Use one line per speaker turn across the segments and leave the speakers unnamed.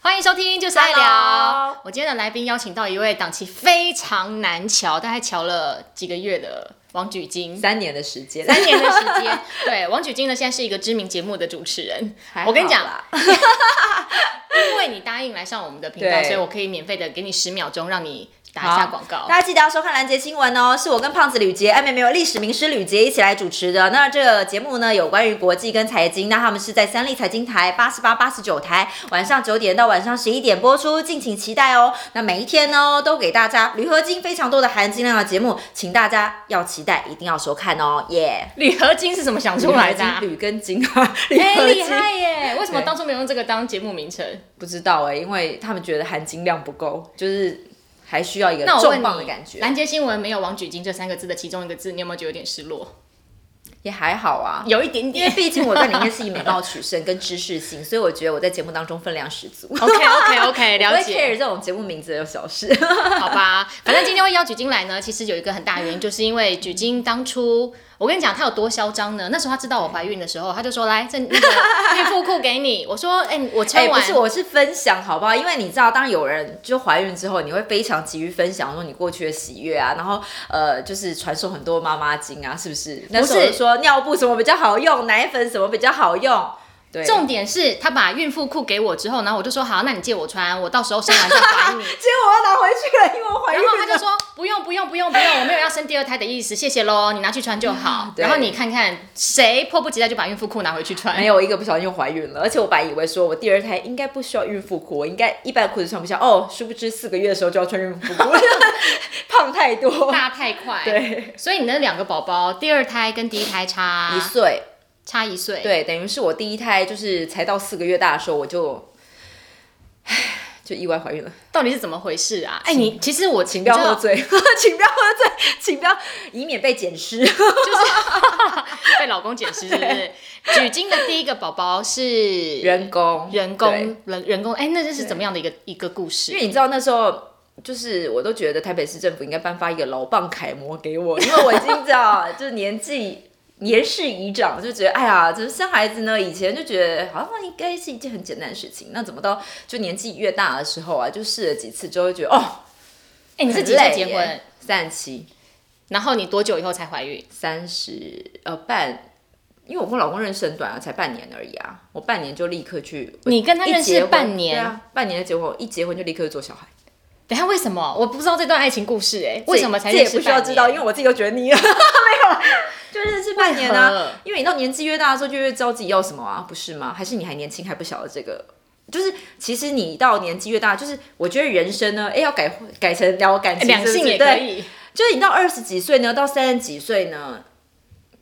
欢迎收听，就是爱聊。我今天的来宾邀请到一位档期非常难瞧，大概瞧了几个月的王举金，
三年的时间，
三年的时 间。对，王举金呢，现在是一个知名节目的主持人。
还好
我跟你讲
啦，
因为你答应来上我们的频道，
对
所以我可以免费的给你十秒钟，让你打一下广告。
大家记得要收看蓝杰新闻哦，是我跟胖子吕杰、哎，没有没有历史名师吕杰一起来主持的。那这个节目呢，有关于国际跟财经，那他们是在三立财经台八十八、八十九台，晚上九点到晚上十一点播出，敬请期待哦。那每一天呢，都给大家铝合金非常多的含金量的节目，请大家要期待，一定要收看哦，耶、
铝合金是怎么想出来的、啊？
铝跟金 啊，铝
哎、
合
厉
金、
害耶！为什么
对
当初没有用这个当节目名称？
不知道哎、因为他们觉得含金量不够，就是还需要一个
那我问
重磅的感
你，
觉，
拦截新闻没有王举金这三个字的其中一个字，你有没有觉得有点失落？
也还好啊。
有一点
因为
点。
毕竟我在里面是以美貌取胜跟知识性，所以我觉得我在节目当中分量十足。
OK OK OK，
我
了
会
解。
care 这种节目名字的哎小事。
好吧，反正今天会邀举金来呢，其实有一个很大原因，就是因为举金当初，我跟你讲他有多嚣张呢？那时候他知道我怀孕的时候，他就说来这那个孕妇裤给你，我说哎、我
哎、
穿
不
完，
是，我是分享好不好？因为你知道，当有人就怀孕之后，你会非常急于分享说你过去的喜悦啊，然后呃，就是传授很多妈妈经啊，是不是？那时候
是
说尿布什么比较好用，奶粉什么比较好用，对，
重点是他把孕妇裤给我之后，然后我就说好，那你借我穿，我到时候生完再还 你。
结果我要拿回去了，因为我怀
然
孕
后他就
了。
说不用不用不用不用，我没有要生第二胎的意思，谢谢喽，你拿去穿就好。
对
然后你看看谁迫不及待就把孕妇裤拿回去穿
没。有，我一个不小心就怀孕了，而且我本来以为说我第二胎应该不需要孕妇裤，我应该一般裤子穿不下。哦，殊不知四个月的时候就要穿孕妇裤， 胖太多。
大太快，
对，
所以你那两个宝宝，第二胎跟第一胎差
一岁，
差一岁，
对，等于是我第一胎就是才到四个月大的时候，我就，唉，就意外怀孕了。
到底是怎么回事啊？哎、你其实我请
请不要 喝，醉，请不要喝醉，请不要，以免被捡尸。
被老公捡尸是不是？举金的第一个宝宝是
人工，
人
对
工人人工，哎、那这是怎么样的一个一个故事
因？为你知道那时候。就是我都觉得台北市政府应该颁发一个劳棒楷模给我，因为我已经知道就是年纪年事已长，就觉得哎呀，就是生孩子呢，以前就觉得好像应该是一件很简单的事情，那怎么到就年纪越大的时候啊，就试了几次之后就觉得 哦，
哎、你是
很
几岁
累
结婚
耶？？三十七，
然后你多久以后才怀孕？
三十呃半，因为我跟我老公认识很短啊，才半年而已啊，我半年就立刻去，
你跟他
一
认识
结婚
半年
对啊，半年就结婚，一结婚就立刻做小孩。
等一下为什么？我不知道这段爱情故事、哎，为什么才
这也
认识
这也不需要
半年
知道，因为我自己都觉得腻了， 没有啦，就认识半年
为何
啊。因为你到年纪越大的时候，就越知道自己要什么啊，不是吗？还是你还年轻还不晓得这个？就是其实你到年纪越大，就是我觉得人生呢，哎，要改改成聊感情，
哎两
是
性
不是
也可
对，
以，
就是你到二十几岁呢，到三十几岁呢，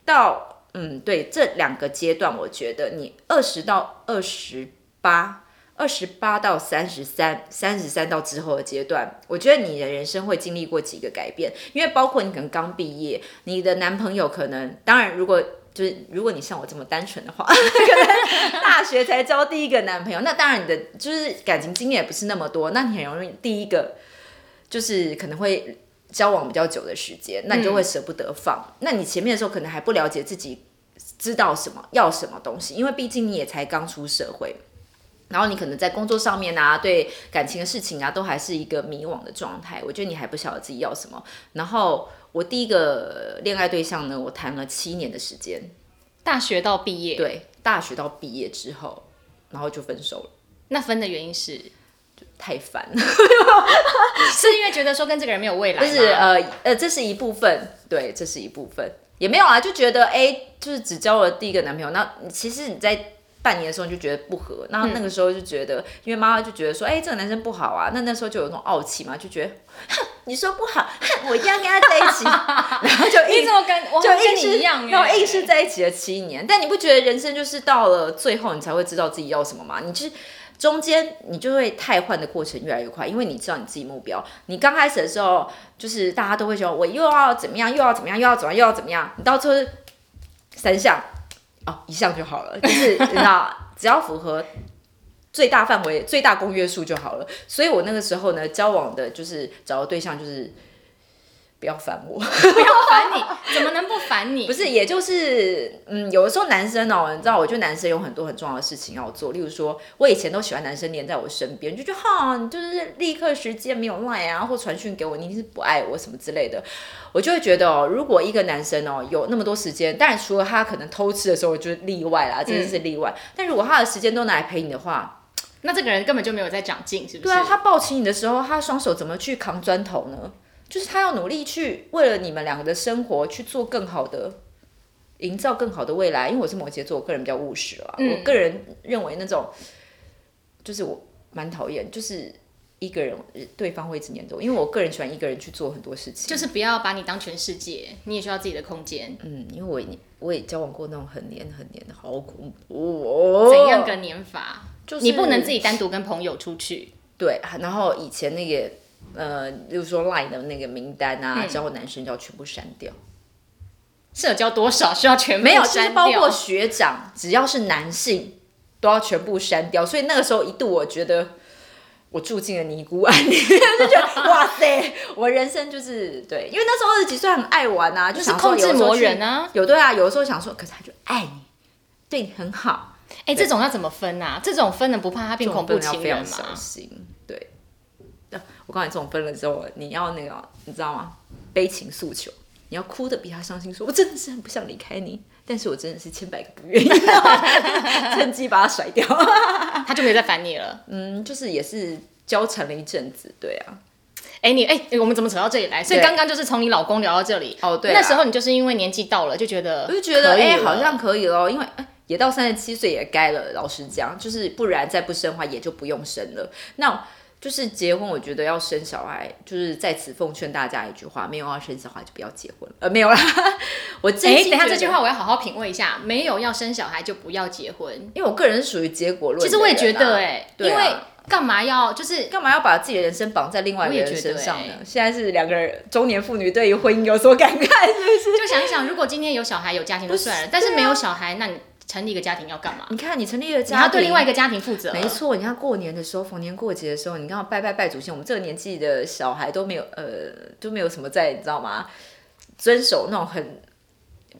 到嗯，对这两个阶段，我觉得你二十到二十八。二十八到三十三，三十三到之后的阶段，我觉得你的人生会经历过几个改变，因为包括你可能刚毕业，你的男朋友可能，当然如果就是如果你像我这么单纯的话， 大学才交第一个男朋友，那当然你的就是感情经验也不是那么多，那你很容易第一个就是可能会交往比较久的时间，那你就会舍不得放。那你前面的时候可能还不了解自己知道什么要什么东西，因为毕竟你也才刚出社会。然后你可能在工作上面啊，对感情的事情啊，都还是一个迷惘的状态。我觉得你还不晓得自己要什么。然后我第一个恋爱对象呢，我谈了七年的时间，
大学到毕业，
对，大学到毕业之后，然后就分手了，
那分的原因是
太烦了。
是因为觉得说跟这个人没有未来吗，
就是呃呃，这是一部分，对，这是一部分，也没有啊，就觉得哎、就是只交了第一个男朋友，那其实你在。半年的时候你就觉得不合，那
嗯
那个时候就觉得，因为妈妈就觉得说，哎、这个男生不好啊，那那时候就有那种傲气嘛，就觉得，哼，你说不好，哼，我一定要跟他在一起， 然后就一
你怎么跟我好
就
像
硬
跟你
是
一样、
然后
哎
硬是在一起了七年。但你不觉得人生就是到了最后，你才会知道自己要什么吗？你就是中间你就会汰换的过程越来越快，因为你知道你自己目标。你刚开始的时候，就是大家都会说我又要怎么样，又要怎么样，又要怎么样，又要怎么样。你到最后是三项哦，一项就好了，就是 你知道，只要符合。最大范围、最大公约数就好了。所以我那个时候呢，交往的就是找的对象就是不要烦我。
不要烦你，怎么能不烦你？
不是，也就是嗯，有的时候男生哦，你知道，我觉得男生有很多很重要的事情要做，例如说，我以前都喜欢男生黏在我身边，就觉得哈，你就是立刻时间没有赖啊，或传讯给我，你一定是不爱我什么之类的，我就会觉得哦，如果一个男生哦有那么多时间，当然除了他可能偷吃的时候就是例外啦，真的是例外，但如果他的时间都拿来陪你的话，
那这个人根本就没有在长进，是不是？
对啊，他抱起你的时候，他双手怎么去扛砖头呢？就是他要努力去为了你们两个的生活去做更好的，营造更好的未来。因为我是摩羯座，我个人比较务实啦。
嗯
我个人认为那种，就是我蛮讨厌，就是一个人呃对方会一直黏着我，因为我个人喜欢一个人去做很多事情。
就是不要把你当全世界，你也需要自己的空间。
嗯，因为我也我也交往过那种很黏很黏的，好恐怖哦！
怎样个黏法？
就是
你不能自己单独跟朋友出去。
对，啊然后以前那个呃，例如说 LINE 的那个名单啊，
嗯
交往男生就要全部删掉。
社交多少需要全部
没有，就是
删
包括
掉
学长，只要是男性都要全部删掉。所以那个时候一度我觉得我住进了尼姑庵，就觉得哇塞，我人生就是对，因为那时候二十几岁很爱玩啊，就
就是
想说
控制
有的时候
魔
去
人啊。
有对啊，有的时候想说，可是他就爱你，对你很好，
哎、这种要怎么分啊？这种分了不怕他变恐怖
这种
情
分要
人
非常小
吗？
心。对，啊我告诉你，这种分了之后，你要那个，你知道吗？悲情诉求，你要哭的比他伤心说我真的是很不想离开你，但是我真的是千百个不愿意， 趁机把他甩掉。啊
他就没有再烦你了。
嗯，就是也是纠缠了一阵子，对啊，
哎、你哎、我们怎么扯到这里来？所以
对
刚刚就是从你老公聊到这里。
哦对啦
那时候你就是因为年纪到了，就觉得
我就觉得
可以
哎、
了
好像可以咯，因为。哎也到三十七岁也该了，老实讲，就是不然再不生的话也就不用生了。那就是结婚，我觉得要生小孩，就是在此奉劝大家一句话：没有要生小孩就不要结婚。呃，没有啦， 我真
哎、
心
等一下
觉得
这句，话我要好好品味一下。没有要生小孩就不要结婚。
因为我个人是属于结果论的人啊。
其实我也觉得哎、
对
因
啊
为干嘛要 就是
干嘛要把自己的人生绑在另外一个
我
人
也觉得
身上呢？
欸
现在是两个人中年妇女对于婚姻有所感慨，是不是？
就想一想，如果今天有小孩有家庭就算了，但是没嗯有小孩，那你成立一个家庭要干嘛？
你看，你成立了
你
家庭，
要对另外一个家庭负责。
没错，你看过年的时候，逢年过节的时候，你刚好拜拜拜祖先，我们这个年纪的小孩都没有，呃，都没有什么在，你知道吗？遵守那种很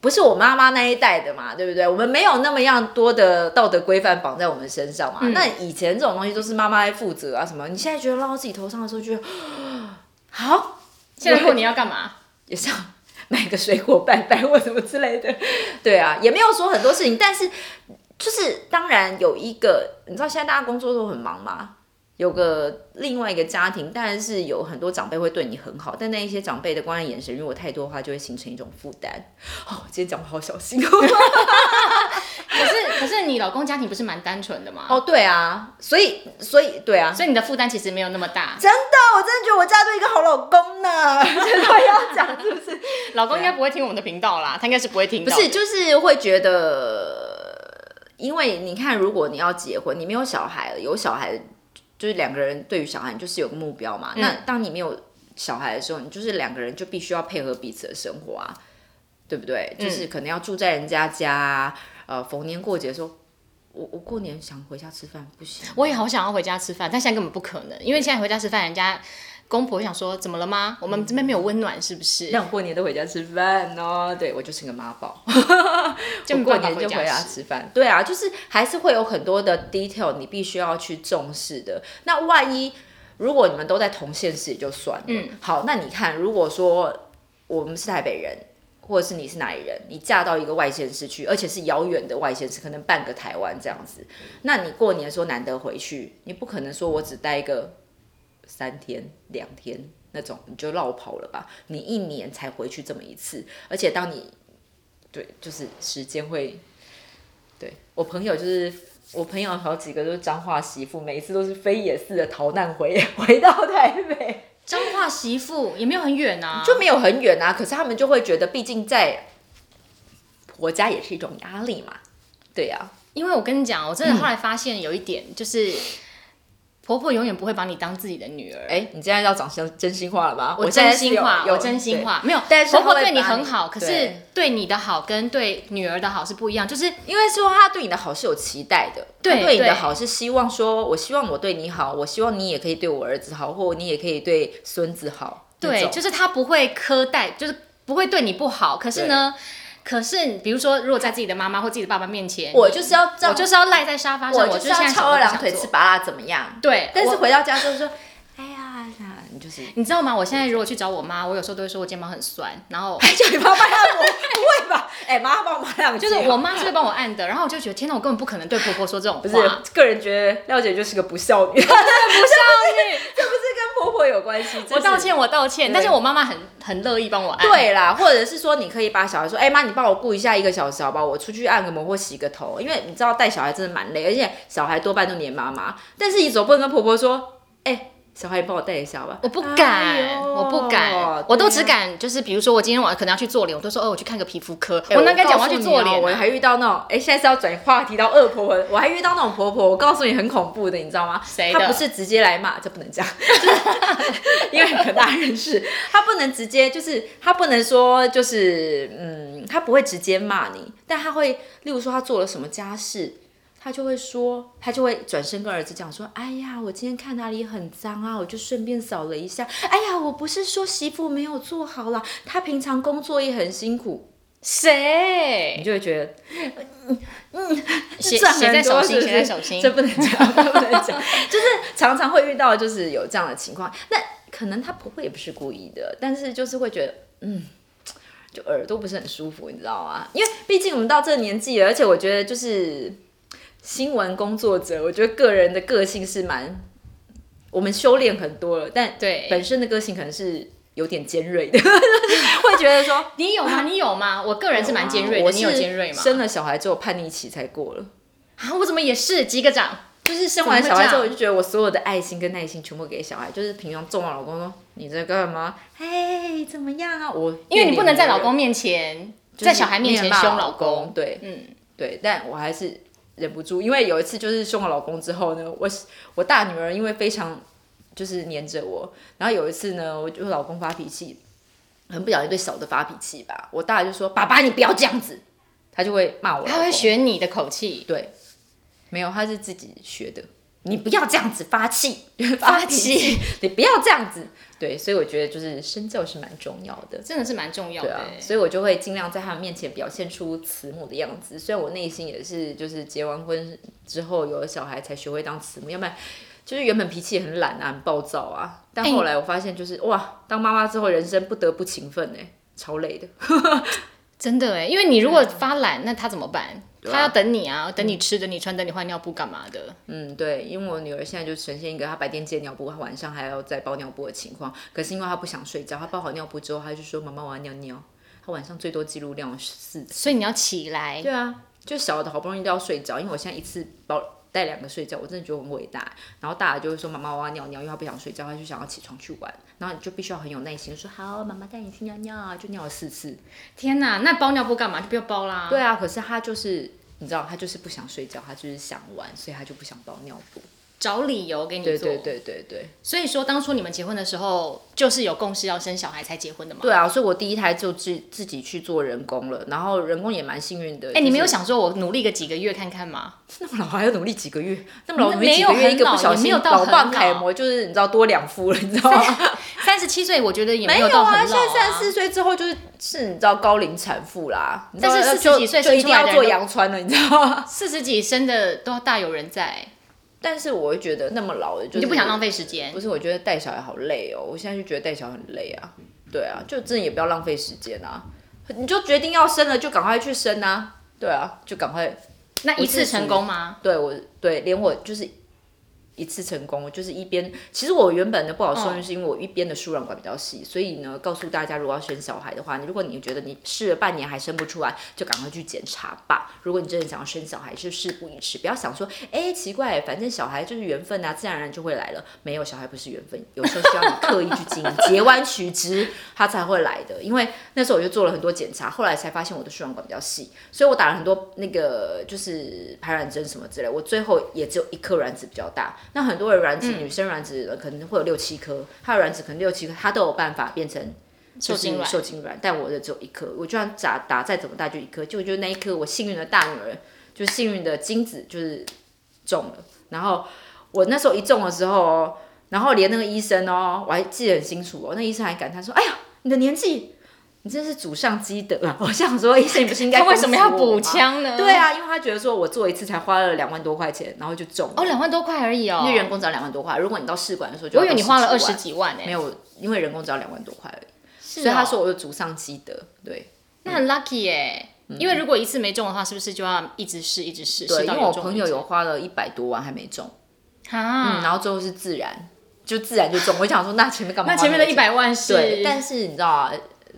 不是我妈妈那一代的嘛，对不对？我们没有那么样多的道德规范绑在我们身上嘛。那以前这种东西都是妈妈来负责啊，什么？你现在觉得落到自己头上的时候，觉得 好
现在过年要干嘛？
也是要 买个水果拜拜或什么之类的。对啊，也没有说很多事情，但是就是当然有一个，你知道现在大家工作都很忙嘛，有个另外一个家庭，当然是有很多长辈会对你很好，但那一些长辈的关爱眼神如果太多的话，就会形成一种负担。哦，今天讲话好小心哦。
可是可是你老公家庭不是蛮单纯的吗？
哦，对啊，所以所以对啊，
所以你的负担其实没有那么 大，
真的，我真的觉得我嫁对一个好老公呢， 真的要讲是不是？
老公应该不会听我们的频道啦，他应该是不会听
不
到。
是，，就是会觉得，因为你看，如果你要结婚，你没有小孩了，有小孩就是两个人对于小孩你就是有个目标嘛。那当你没有小孩的时候，你就是两个人就必须要配合彼此的生活啊，对不对？就是可能要住在人家家啊，呃，逢年过节的时候，我我过年想回家吃饭不行，
我也好想要回家吃饭，但现在根本不可能，因为现在回家吃饭，人家公婆会想说怎么了吗？我们这边没有温暖是不是？
让我过年都回家吃饭哦。对我就是个妈宝，
就
我
没
过
办法
年就回
家
家
吃。
吃饭。对啊，就是还是会有很多的 detail 你必须要去重视的。那万一如果你们都在同县市也就算了，好，那你看，如果说我们是台北人。或者是你是哪里人？你嫁到一个外县市去，而且是遥远的外县市，可能半个台湾这样子。那你过年说难得回去，你不可能说我只待个三天两天那种，你就绕跑了吧？你一年才回去这么一次，而且当你对，就是时间会，对我朋友就是我朋友好几个都是彰化媳妇，每一次都是飞也似的逃难回 回到台北，
彰化媳妇也没有很远啊，
就没有很远啊。可是他们就会觉得，毕竟在婆家也是一种压力嘛。对啊呀、
因为我跟你讲，我真
嗯
的后来发现有一点，就是婆婆永远不会把你当自己的女儿。
哎，你现在要讲真真心话了吧？
我
现在
真
是
心
有
话，
有
我真心话，没有。
但是
婆婆
她会
对你
把
很
你
好，可是
对
对你的好跟对女儿的好是不一样，就是
因为说他对你的好是有期待的，
对
他对你
对
的好是希望说，我希望我对你好，我希望你也可以对我儿子好，或你也可以对孙子好。那
对，
种
就是他不会苛待，就是不会对你不好。可是呢，可是比如说，如果在自己的妈妈或自己的爸爸面前，
我就是要这
我
样，
就是要赖在沙发上，我
就是是
现
要
在什
翘
么
二
都不
郎
想
腿
做
吃拔辣怎么样？
对，
但是
我
回到家之后说，哎呀，那你就是
你知道吗？我现在如果去找我妈，我有时候都会说我肩膀很酸，然后
叫你帮我按 摩，不会吧？哎，妈帮我买两
就是我妈是会帮我按的，然后我就觉得天哪，我根本不可能对婆婆说这种
不是
话。
个人觉得廖姐就是个不孝女，不孝女， 这不是跟婆婆有关系，这
我
是
道。歉，我道歉，
对
但是我妈妈很很乐意帮我按。，
对啦，或者是说，你可以把小孩说，哎、妈，你帮我顾一下一个小时好不好？我出去按个摩或洗个头，因为你知道带小孩真的蛮累，而且小孩多半都黏妈妈。但是你总不能跟婆婆说，哎、小孩你帮我带一下吧。
我不敢，
哎呦啊
我不敢，我都只敢就是比如说我今天晚上可能要去做脸，我都说哦，我去看个皮肤科。
哎
我哪敢讲我要
告诉
去
你
做
哦
脸
我
啊？
还遇到那种，哎、现在是要转话题到恶婆婆，我还遇到那种婆婆，我告诉你很恐怖的，你知道吗？
谁的
她不是直接来骂，这不能讲，就是 因为可大认识，她不能直接，就是她不能说，就是嗯，她不会直接骂你，但她会，例如说她做了什么家事。她就会说，她就会转身跟儿子讲说：“哎呀，我今天看哪里很脏啊，我就顺便扫了一下。哎呀，我不是说媳妇没有做好啦，她平常工作也很辛苦。”你
谁？
就会觉得
写
这很
写在手
多
心，
是不
写在
是
手心
这。不能讲， 这不能讲，就是常常会遇到就是有这样的情况。那可能他婆婆也不是故意的，但是就是会觉得，嗯，就耳朵不是很舒服，你知道吗？因为毕竟我们到这个年纪了，而且我觉得就是新闻工作者，我觉得个人的个性是蛮，我们修炼很多了，但
对
本身的个性可能是有点尖锐的， 会觉得说。
你有吗？你有吗？我个人是蛮尖锐的，
我
你有
是
尖锐吗？
生了小孩之后叛逆期才过了。
啊，我怎么也是？击个掌。
就是生完小孩之
怎么会
后，
这样
我就觉得我所有的爱心跟耐心全部给小孩。就是平常纵我老公说你在干嘛？嘿，怎么样啊？我
因为你不能在老公
面
面前，
就是
在小孩面前
骂
凶老
老
公。
对
嗯，
对，但我还是忍不住，因为有一次就是凶我老公之后呢，我我大女儿因为非常就是黏着我，然后有一次呢，我就我老公发脾气，很不小心对小的发脾气吧，我大的就说爸爸你不要这样子，他就会骂我老公，
他会学你的口气，
对，没有，他是自己学的。你不要这样子发 气，
发
脾
气
气，你不要这样子。对，所以我觉得就是身教是蛮重要的。
真的是蛮重要
对
的
啊，
欸。
所以我就会尽量在他们面前表现出慈母的样子。虽然我内心也是，就是结完婚之后有了小孩才学会当慈母，要不然就是原本脾气也很懒啊、很暴躁啊。但
哎
后来我发现，就是、哇，当妈妈之后人生不得不勤奋哎、超累的。
真的哎，因为你如果
嗯
发懒，那他怎么办？他要等你啊，等你吃，等你穿，等你换尿布，干嘛的？
嗯，对，因为我女儿现在就呈现一个她白天接尿布，她晚上还要再包尿布的情况。可是因为她不想睡觉，她包好尿布之后，她就说：“妈妈，我要尿尿。”她晚上最多记录量是四次。
所以你要起来，
对啊，就小的好不容易都要睡着，因为我现在一次包带两个睡觉，我真的觉得我很伟大。然后大的就会说：“妈妈，我要尿尿。”因为她不想睡觉，她就想要起床去玩。然后你就必须要很有耐心，说：“好，妈妈带你去尿尿。”就尿了四次。
天哪，那包尿布干嘛？就不要包啦。
对啊，可是她就是你知道，她就是不想睡觉，她就是想玩，所以她就不想包尿布。
找理由给你做。
对对对对对。
所以说，当初你们结婚的时候，就是有共识要生小孩才结婚的嘛。
对啊，所以我第一胎就自自己去做人工了，然后人工也蛮幸运的。
哎，
哎、
你没有想说我努力个几个月看看吗？
那么老还要努力几个月，那么老努力
没
几
有
个月，
很
一个
老
不小
也没
心
有到
老
很
蚌
老
楷模，就是你知道多两夫了，你知道 吗？
三十七岁，我觉得也没
有啊
到很老、
现在三十四岁之后就是是你知道高龄产妇啦，你知
但是
道
40
要就
几岁
就
生
一
出
定
来的人
要做
都
羊穿了，你知道吗？
四十几生的都大有人在，
但是我会觉得那么老的，就是
你就不想浪费时间
不。是，我觉得带小孩好累哦，我现在就觉得带小孩很累啊。对啊，就真的也不要浪费时间啊，你就决定要生了就赶快去生啊。对啊，就赶快
那一次成功吗？
对我对，连我就是一次成功，我就是一边。其实我原本的不好受，
嗯
就是因为我一边的输卵管比较细，所以呢，告诉大家，如果要生小孩的话，你如果你觉得你试了半年还生不出来，就赶快去检查吧。如果你真的想要生小孩，就事不宜迟，不要想说，哎，奇怪，反正小孩就是缘分啊，自然而然就会来了。没有，小孩不是缘分，有时候需要你刻意去经营，截弯取直，他才会来的。因为那时候我就做了很多检查，后来才发现我的输卵管比较细，所以我打了很多那个就是排卵针什么之类，我最后也只有一颗卵子比较大。那很多的卵子，女生卵子可能会有六七颗，她的卵子可能六七颗，她都有办法变成
嗯受精
就是
卵
受精卵，但我的只有一颗，我就算打打再怎么大就一颗，就就那一颗，我幸运的大女儿就幸运的精子就是中了，然后我那时候一中的时候哦，然后连那个医生哦，我还记得很清楚哦，那医生还感叹说：“哎呀，你的年纪，你真是祖上积德啊！” 我想说，医生你不是应该
他为什么要
恭喜我
补
吗？
枪呢？
对，啊，因为他觉得说我做一次才花了两万多块钱，然后就中了。
哦，两万多块而已哦
因。为人工只要两万多块，如果你到试管的时候就
我
要
以为你花了二
20
十
万，
几哦万欸呢、
没有，因为人工只要两万多块而已，
所
所以他说嗯我有祖上积德，对
那很 lucky 哎、
嗯
因为如果一次没中的话，是不是就要一直试一直试？
对，
试
因
到
为我
中
朋
为
友
止
有花了一百多万还没中，嗯，
啊，
然后最后是自然，就自然就中，我就想说那前面干嘛
那
花
前面
么
的
久
一百万是，
对，但是你知道啊，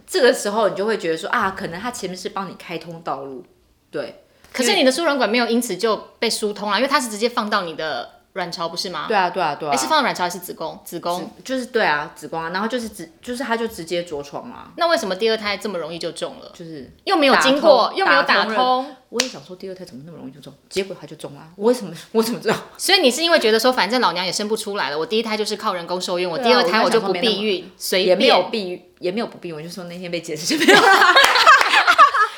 这个时候你就会觉得说啊，可能他前面是帮你开通道路，对，
可是你的输卵管没有因此就被疏通了，啊因为它是直接放到你的卵巢，不是吗？
对啊，对啊，对啊，
诶是放到卵巢还是子宫？子宫。
就是对啊，子宫啊，然后就是直，就是他就直接着床啊，
那为什么第二胎这么容易就中了？
就是
又没有
打
经
通
过，又没有
打
打
通了
通，
我也想说第二胎怎么那么容易就中，结果他就中啊啦，我为什么 我怎么知道？
所以你是因为觉得说，反正老娘也生不出来了，我第一胎就是靠人工受孕，我
对啊
第二胎
我
我
就
就
想说
不
没那么
避孕，随
也
便。
没有避孕，也没有不避孕，我就说那天被解释就没有。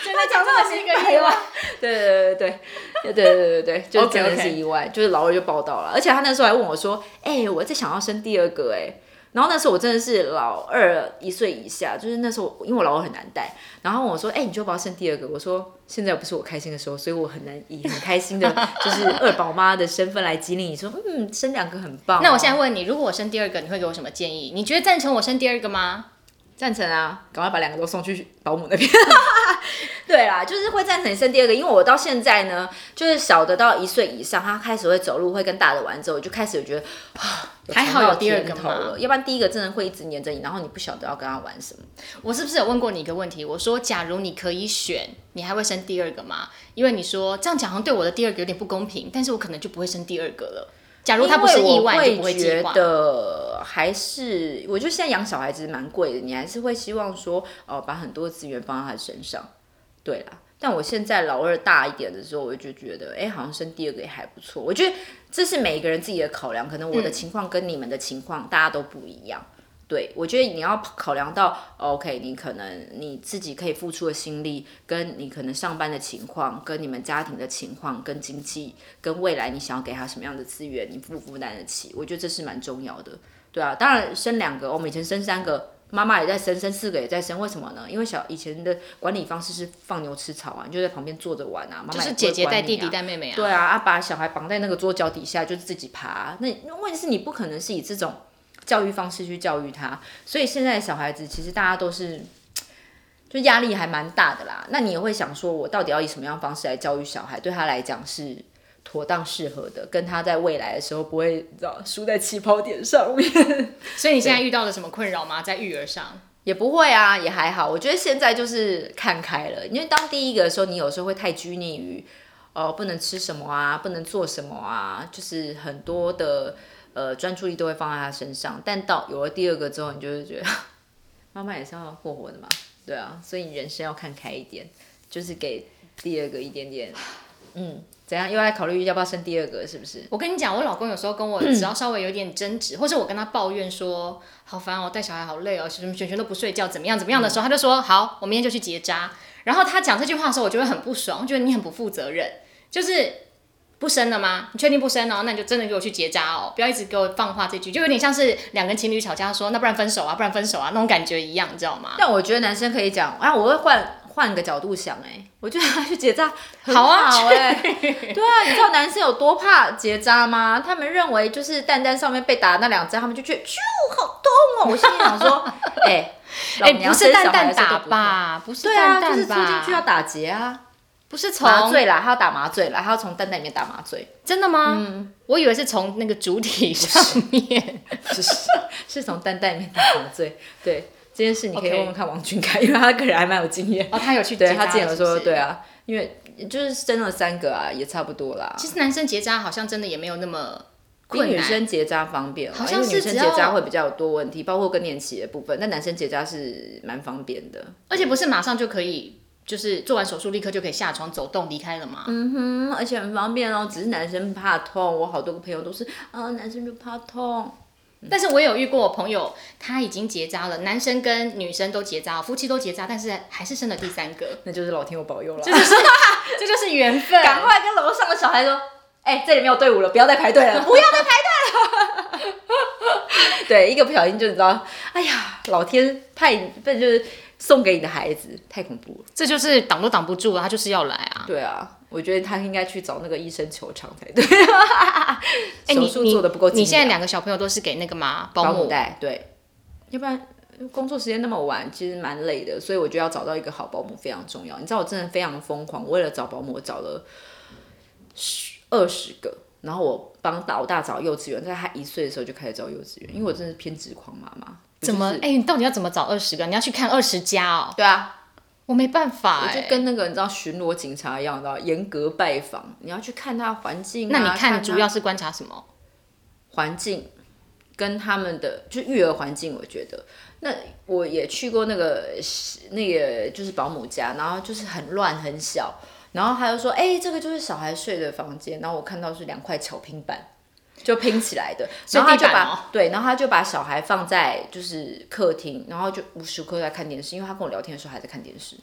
真的讲到是一个意外，
对对对对对对对对对，就
OK，OK
真的是意外就是老二就报道了，而且他那时候还问我说：“哎、我在想要生第二个哎、然后那时候我真的是老二一岁以下，就是那时候因为我老二很难带，然后问我说：“哎、你就要不要生第二个？”我说：“现在不是我开心的时候，所以我很难以很开心的，就是二宝妈的身份来激励你说，嗯，生两个很棒哦、
那我现在问你，如果我生第二个，你会给我什么建议？你觉得赞成我生第二个吗？
赞成啊，赶快把两个都送去保姆那边。 对啦，就是会赞成你生第二个，因为我到现在呢，就是小的到一岁以上，他开始会走路，会跟大的玩之后，我就开始觉得啊，
还好有第二个
尝到甜头
嘛
了，要不然第一个真的会一直黏着你，然后你不晓得要跟他玩什么。
我是不是有问过你一个问题？我说，假如你可以选，你还会生第二个吗？因为你说这样讲好像对我的第二个有点不公平，但是我可能就不会生第二个了。假如他不是意外，你就
因为
不
我会
计
觉
划。
得还是，我觉得现在养小孩子蛮贵的，你还是会希望说，哦，把很多资源放在他身上。对啦，但我现在老二大一点的时候，我就觉得，哎，好像生第二个也还不错。我觉得这是每一个人自己的考量，可能我的情况跟你们的情况、大家都不一样。对，我觉得你要考量到，OK，你哦可能你自己可以付出的心力，跟你可能上班的情况，跟你们家庭的情况，跟经济，跟未来你想要给他什么样的资源，你负不负担得起？我觉得这是蛮重要的。对啊，当然生两个，我们以前生三个，妈妈也在生，生四个也在生，为什么呢？因为小以前的管理方式是放牛吃草啊，你就在旁边坐着玩啊，妈妈、
就
也
是
不会
姐姐
管
带
你
弟
啊
弟带妹妹啊。
对啊，啊，把小孩绑在那个桌脚底下，就是自己爬。那那问题是你不可能是以这种教育方式去教育他，所以现在的小孩子其实大家都是。就压力还蛮大的啦，那你也会想说，我到底要以什么样的方式来教育小孩，对他来讲是妥当适合的，跟他在未来的时候不会你知道输在起跑点上面，
所以你现在遇到了什么困扰吗？在育儿上？
也不会啊，也还好。我觉得现在就是看开了，因为当第一个的时候，你有时候会太拘泥于，哦、不能吃什么啊，不能做什么啊，就是很多的呃专注力都会放在他身上。但到有了第二个之后，你就会觉得啊妈妈也是要过活的嘛，对啊，所以你人生要看开一点，就是给第二个一点点，嗯，怎样又在考虑要不要生第二个，是不是？
我跟你讲，我老公有时候跟我
嗯
只要稍微有点争执，或者我跟他抱怨说好烦哦，带小孩好累哦，什么璇璇都不睡觉，怎么样怎么样
嗯
的时候，他就说好，我明天就去结扎。然后他讲这句话的时候，我就会很不爽，我觉得你很不负责任，就是不生了吗？你确定不生哦？那你就真的给我去结扎哦，不要一直给我放话这句，就有点像是两个人情侣吵架说那不然分手啊，不然分手啊那种感觉一样，你知道吗？
但我觉得男生可以讲，啊，我会换换个角度想、哎，我觉得他去结扎很
好啊
好哎、 对啊，你知道男生有多怕结扎吗？他们认为就是蛋蛋上面被打的那两针，他们就觉得啾好痛 哦。我心里想说，哎、老
哎、
娘
不是
生
蛋
小孩
蛋
的时候
打
都不痛？
吧，不是
对啊，
蛋
就是
蛋
出
吧，
进去要打结啊，
不是从
麻醉啦，他要打麻醉啦，他要从蛋蛋里面打麻醉，
真的吗？嗯我以为是从那个主体上面。
是是 是从蛋蛋里面打麻醉。对这件事，你可以
OK
问问看王俊凯，因为他个人还蛮有经验。
哦，他有去
对
结扎
他之前
是
有
不
说，
是
对。啊，因为就是生了三个啊，也差不多啦。
其实男生结扎好像真的也没有那么
比
困
女
难，
生结扎方便啦，
好像
因为
是
女生
只
结
要
扎会比较有多问题，包括更年期的部分。但男生结扎是蛮方便的。
而且不是马上就可以，就是做完手术立刻就可以下床走动离开了嘛。
嗯哼，而且很方便哦，只是男生怕痛。我好多个朋友都是，啊，男生就怕痛。
但是我有遇过我朋友，他已经结扎了，男生跟女生都结扎，夫妻都结扎，但是还是生了第三个，
那就是老天有保佑了。
这就是缘 分。
赶快跟楼上的小孩说，哎、这里没有队伍了，不要再排队了，不要再排队 对，一个不小心就你知道，哎呀，老天派你，这就是送给你的孩子，太恐怖了。
这就是挡都挡不住啊，他就是要来啊。
对啊，我觉得他应该去找那个医生求偿才对。
哎，
手
你
术做的不够
你你
精
现在
良
两个小朋友都是给那个吗？
保
保
姆
姆？
带，对，要不然工作时间那么晚，其实蛮累的，所以我觉得要找到一个好保姆非常重要。你知道我真的非常疯狂，为了找保姆，我找了十二十个，然后我帮老大找幼稚园，在他一岁的时候就开始找幼稚园，因为我真的是偏执狂妈妈。我
怎么？
就是
哎、你到底要怎么找二十个？你要去看二十家哦，
对啊，
我没办法
我
哎、
就跟那个你知道巡逻警察一样，你知道严格拜访，你要去看他的环境、啊。
那你
看
看
他
主要是观察什么？
环境跟他们的就育儿环境，我觉得那我也去过那个那个就是保姆家，然后就是很乱很小，然后他就说，哎、这个就是小孩睡的房间，然后我看到是两块巧拼板。就拼起来的，
所
然
以
后他就
地板
把、
哦
对，然后他就把小孩放在就是客厅，然后就无时无刻在看电视，因为他跟我聊天的时候还在看电视，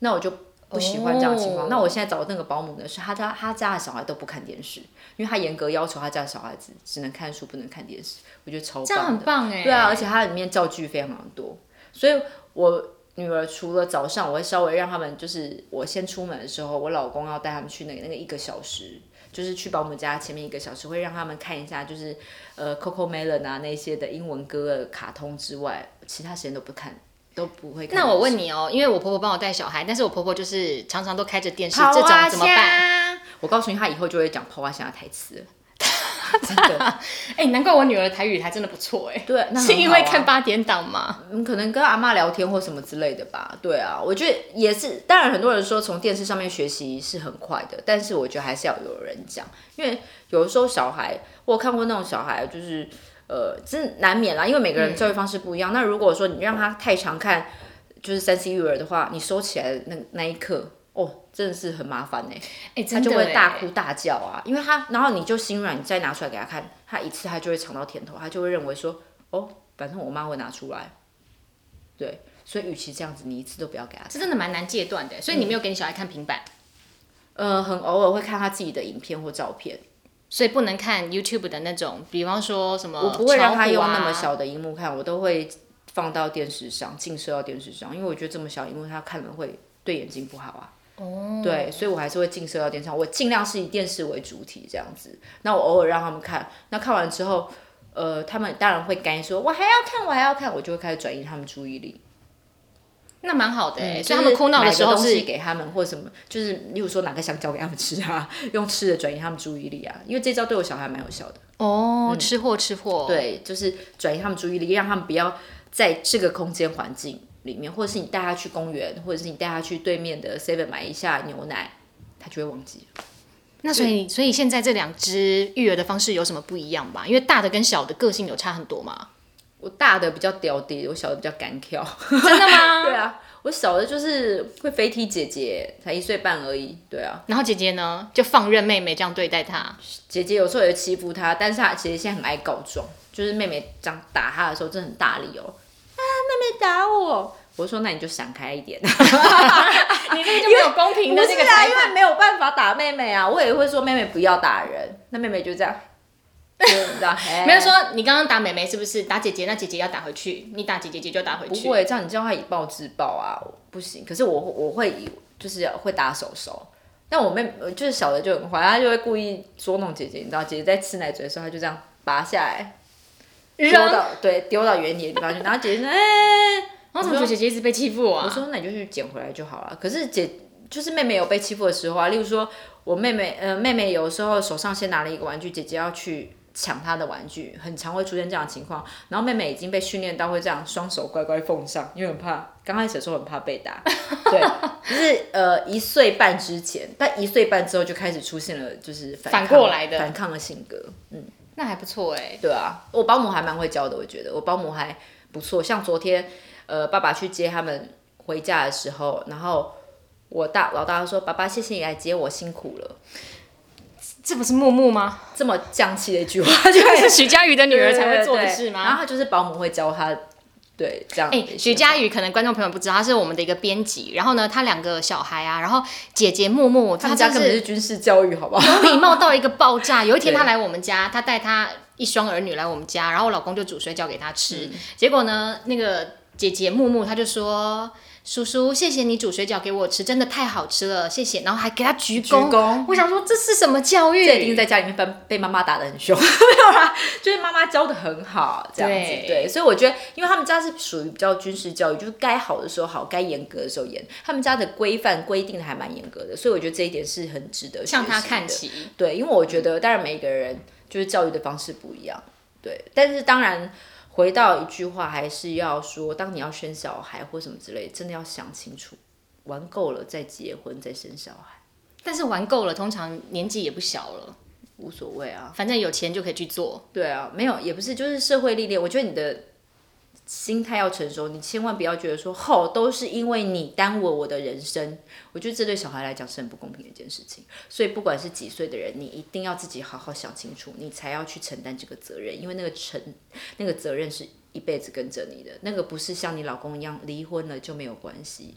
那我就不喜欢这样的情况。
哦
那我现在找的那个保姆呢，是他家他家的小孩都不看电视，因为他严格要求他家的小孩子只能看书不能看电视，我觉得超棒的。
这样很棒哎、
对啊，而且它里面教具非常多，所以我女儿除了早上，我会稍微让他们就是我先出门的时候，我老公要带他们去那个那个一个小时，就是去保姆家前面一个小时，会让他们看一下就是呃 Coco Melon 啊那些的英文歌的卡通之外，其他时间都不看，都不会看。
那我问你哦，因为我婆婆帮我带小孩，但是我婆婆就是常常都开着电视，
跑啊
这种怎么办？
虾？我告诉你，他以后就会讲泡花香的台词了，真的。
哎、难怪我女儿台语还真的不错哎、
对，那很
是因为
好啊
看八点档吗？
嗯，可能跟阿妈聊天或什么之类的吧。对啊，我觉得也是。当然，很多人说从电视上面学习是很快的，但是我觉得还是要有人讲，因为有的时候小孩，我有看过那种小孩，就是呃，真的难免啦，因为每个人教育方式
嗯
不一样。那如果说你让他太常看就是三 C 育儿的话，你收起来的那那一刻，哦，真的是很麻烦哎、
哎、
他
真的、
就
欸、
会大哭大叫啊，因为他，然后你就心软，你再拿出来给他看，他一次他就会尝到甜头，他就会认为说，哦，反正我妈会拿出来，对，所以与其这样子，你一次都不要给他看，
这真的蛮难戒断的欸，所以
嗯
你没有给你小孩看平板，
呃，很偶尔会看他自己的影片或照片，
所以不能看 YouTube 的那种，比方说什么、
我不会让他
巧虎
用
啊
那么小的荧幕看，我都会放到电视上，映射到电视上，因为我觉得这么小荧幕他看了会对眼睛不好啊。哦，对，所以我还是会映射到电视上，我尽量是以电视为主体这样子。那我偶尔让他们看，那看完之后，呃，他们当然会干说，我还要看，我还要看，我就会开始转移他们注意力。
那蛮好的欸、
嗯
所以他们哭闹的时候
就是买个东西
是
给他们，或什么，就是例如说拿个香蕉给他们吃啊， 用吃的转移他们注意力啊，因为这招对我小孩蛮有效的。
哦，吃货吃货，
嗯对，就是转移他们注意力，让他们不要在这个空间环境里面，或者是你带他去公园，或者是你带他去对面的 Seven 买一下牛奶，他就会忘记。
那所以所以现在这两只育儿的方式有什么不一样吧？因为大的跟小的个性有差很多嘛。
我大的比较屌弟，我小的比较敢跳。
真的吗？
对啊，我小的就是会飞踢姐姐，才一岁半而已。对啊，
然后姐姐呢，就放任妹妹这样对待她。
姐姐有时候也欺负她，但是她姐姐现在很爱告状，就是妹妹这样打她的时候，真的很大力哦。啊，妹妹打我！我说那你就闪开一点。
你这个就没有公平
不
的
是
那个
啊，
裁
因
判。
为没有办法打妹妹啊，我也会说妹妹不要打人，那妹妹就这样，就是你知 道，
没有说你刚刚打妹妹是不是打姐姐？那姐姐要打回去，你打姐姐姐就打回
不
去。
会这样，你叫她以暴制暴啊，不行。可是我我会以就是会打手手，但我妹就是小的就很坏，她就会故意捉弄姐姐，你知道，姐姐在吃奶嘴的时候，她就这样拔下来，丢
扔。
到对丢到原野地方去，然后姐姐说哎。
我怎么觉得姐姐一直被欺负
我
啊？
说那你就去捡回来就好了。可是姐就是妹妹有被欺负的时候啊，例如说我妹妹，呃，妹妹有时候手上先拿了一个玩具，姐姐要去抢她的玩具，很常会出现这样的情况。然后妹妹已经被训练到会这样，双手乖乖奉上，因为很怕，刚开始的时候很怕 被打。对，就是呃一岁半之前，但一岁半之后就开始出现了就是反
反
抗
过来的
反抗的性格。
那还不错哎。
对啊，我保姆还蛮会教的，我觉得我保姆还不错。像昨天，呃，爸爸去接他们回家的时候，然后我大老大说：“爸爸，谢谢你来接我，辛苦了。
这不是木木 吗？”
这么降气的一句话，就
这
是
是徐佳瑜的女
女
儿才会做的事
然
吗？
后他就是保姆会教他，对，这样的一
哎
些话。，
徐佳瑜可能观众朋友不知道，她是我们的一个编辑。然后呢，她两个小孩啊，然后姐姐木木，
他
她
们家
真
根本
是
是军事教育，好不好？
礼貌到一个爆炸。有一天
对
他来我们家，他带他一双儿女来我们家，然后我老公就煮水饺给她吃。
嗯
结果呢，那个姐姐木木她就说：“叔叔，谢谢你煮水饺给我吃，真的太好吃了，谢谢。”然后还给她鞠躬。
鞠躬
我想说这是什么教育？
这一定在家里面被被妈妈打得 很凶，没有啦，就是妈妈教的很好，这样子
对
对所以我觉得，因为他们家是属于比较军事教育，就是该好的时候好，该严格的时候严，他们家的规范规定的还蛮严格的，所以我觉得这一点是很值得
向她
他
看齐。
对，因为我觉得，当然每一个人就是教育的方式不一样，对。但是当然，回到一句话，还是要说，当你要生小孩或什么之类，真的要想清楚，玩够了再结婚再生小孩
但是玩够了，通常年纪也不小了，
无所谓啊。
反正有钱就可以去做。
对啊，没有，也不是，就是社会历练。我觉得你的心态要成熟，你千万不要觉得说，吼、都是因为你耽误了我的人生。我觉得这对小孩来讲是很不公平的一件事情。所以，不管是几岁的人，你一定要自己好好想清楚，你才要去承担这个责任，因为那个承那个责任是一辈子跟着你的，那个不是像你老公一样离婚了就没有关系。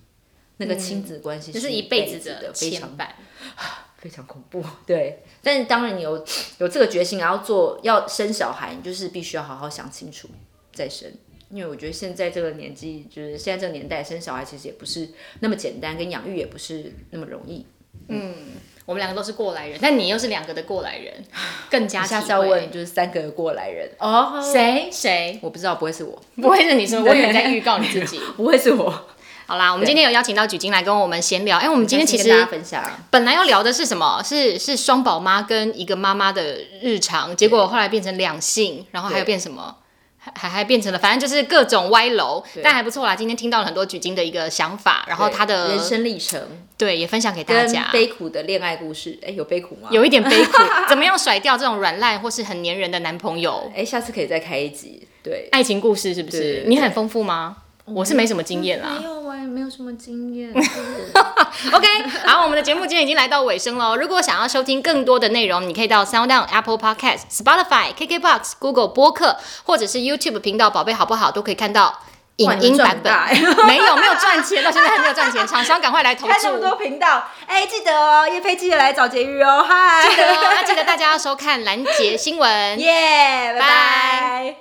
那个亲子关系
这嗯是
一
一
辈
辈
子
的
非常
牵绊，
非常恐怖。 对，但是当然你有有这个决心，然后做要生小孩，你就是必须要好好想清楚再生。因为我觉得现在这个年纪，就是现在这个年代，生小孩其实也不是那么简单，跟养育也不是那么容易。
我们两个都是过来人，但你又是两个的过来 人，更加
你下次
体
要
会
问就是三个过来人哦，
谁谁
我不知道，不会是我，
不会是你说，我以为你在预告你自己。
不会是 我。
好啦，我们今天有邀请到举金来跟我们闲聊。哎、我们今天其
跟大
实
家分享，
本来要聊的是什么？是是双宝妈跟一个妈妈的日常，结果后来变成两性，然后还有变什么？还还还变成了，反正就是各种歪楼，但还不错啦。今天听到了很多举金的一个想法，然
哦
后他的
人生历程
对也分享给大
跟
家，
悲苦的恋爱故事，哎，有悲苦吗？
有一点悲 苦，怎么样甩掉这种软烂或是很粘人的男朋友？
哎，下次可以再开一集。对，
爱情故事是不
对
是
对？对
你很丰富吗？我是没什么经验啦。
没有，我也没有什么经 验。
OK，好，我们的节目今天已经来到尾声喽。如果想要收听更多的内容，你可以到 Sound On、Apple Podcast、Spotify、KKBox、Google 播客，或者是 YouTube 频道“宝贝好不好”都可以看到
哇
影
你
音
们赚
版
很
本
大。
没有，没有赚钱，到现在还没有赚钱，厂商赶快来投
开这么
注。
多频道，哎、记得哦，叶飞记得来找婕妤哦，嗨，
那记得大家要收看蓝杰新闻。
耶，
拜
拜拜。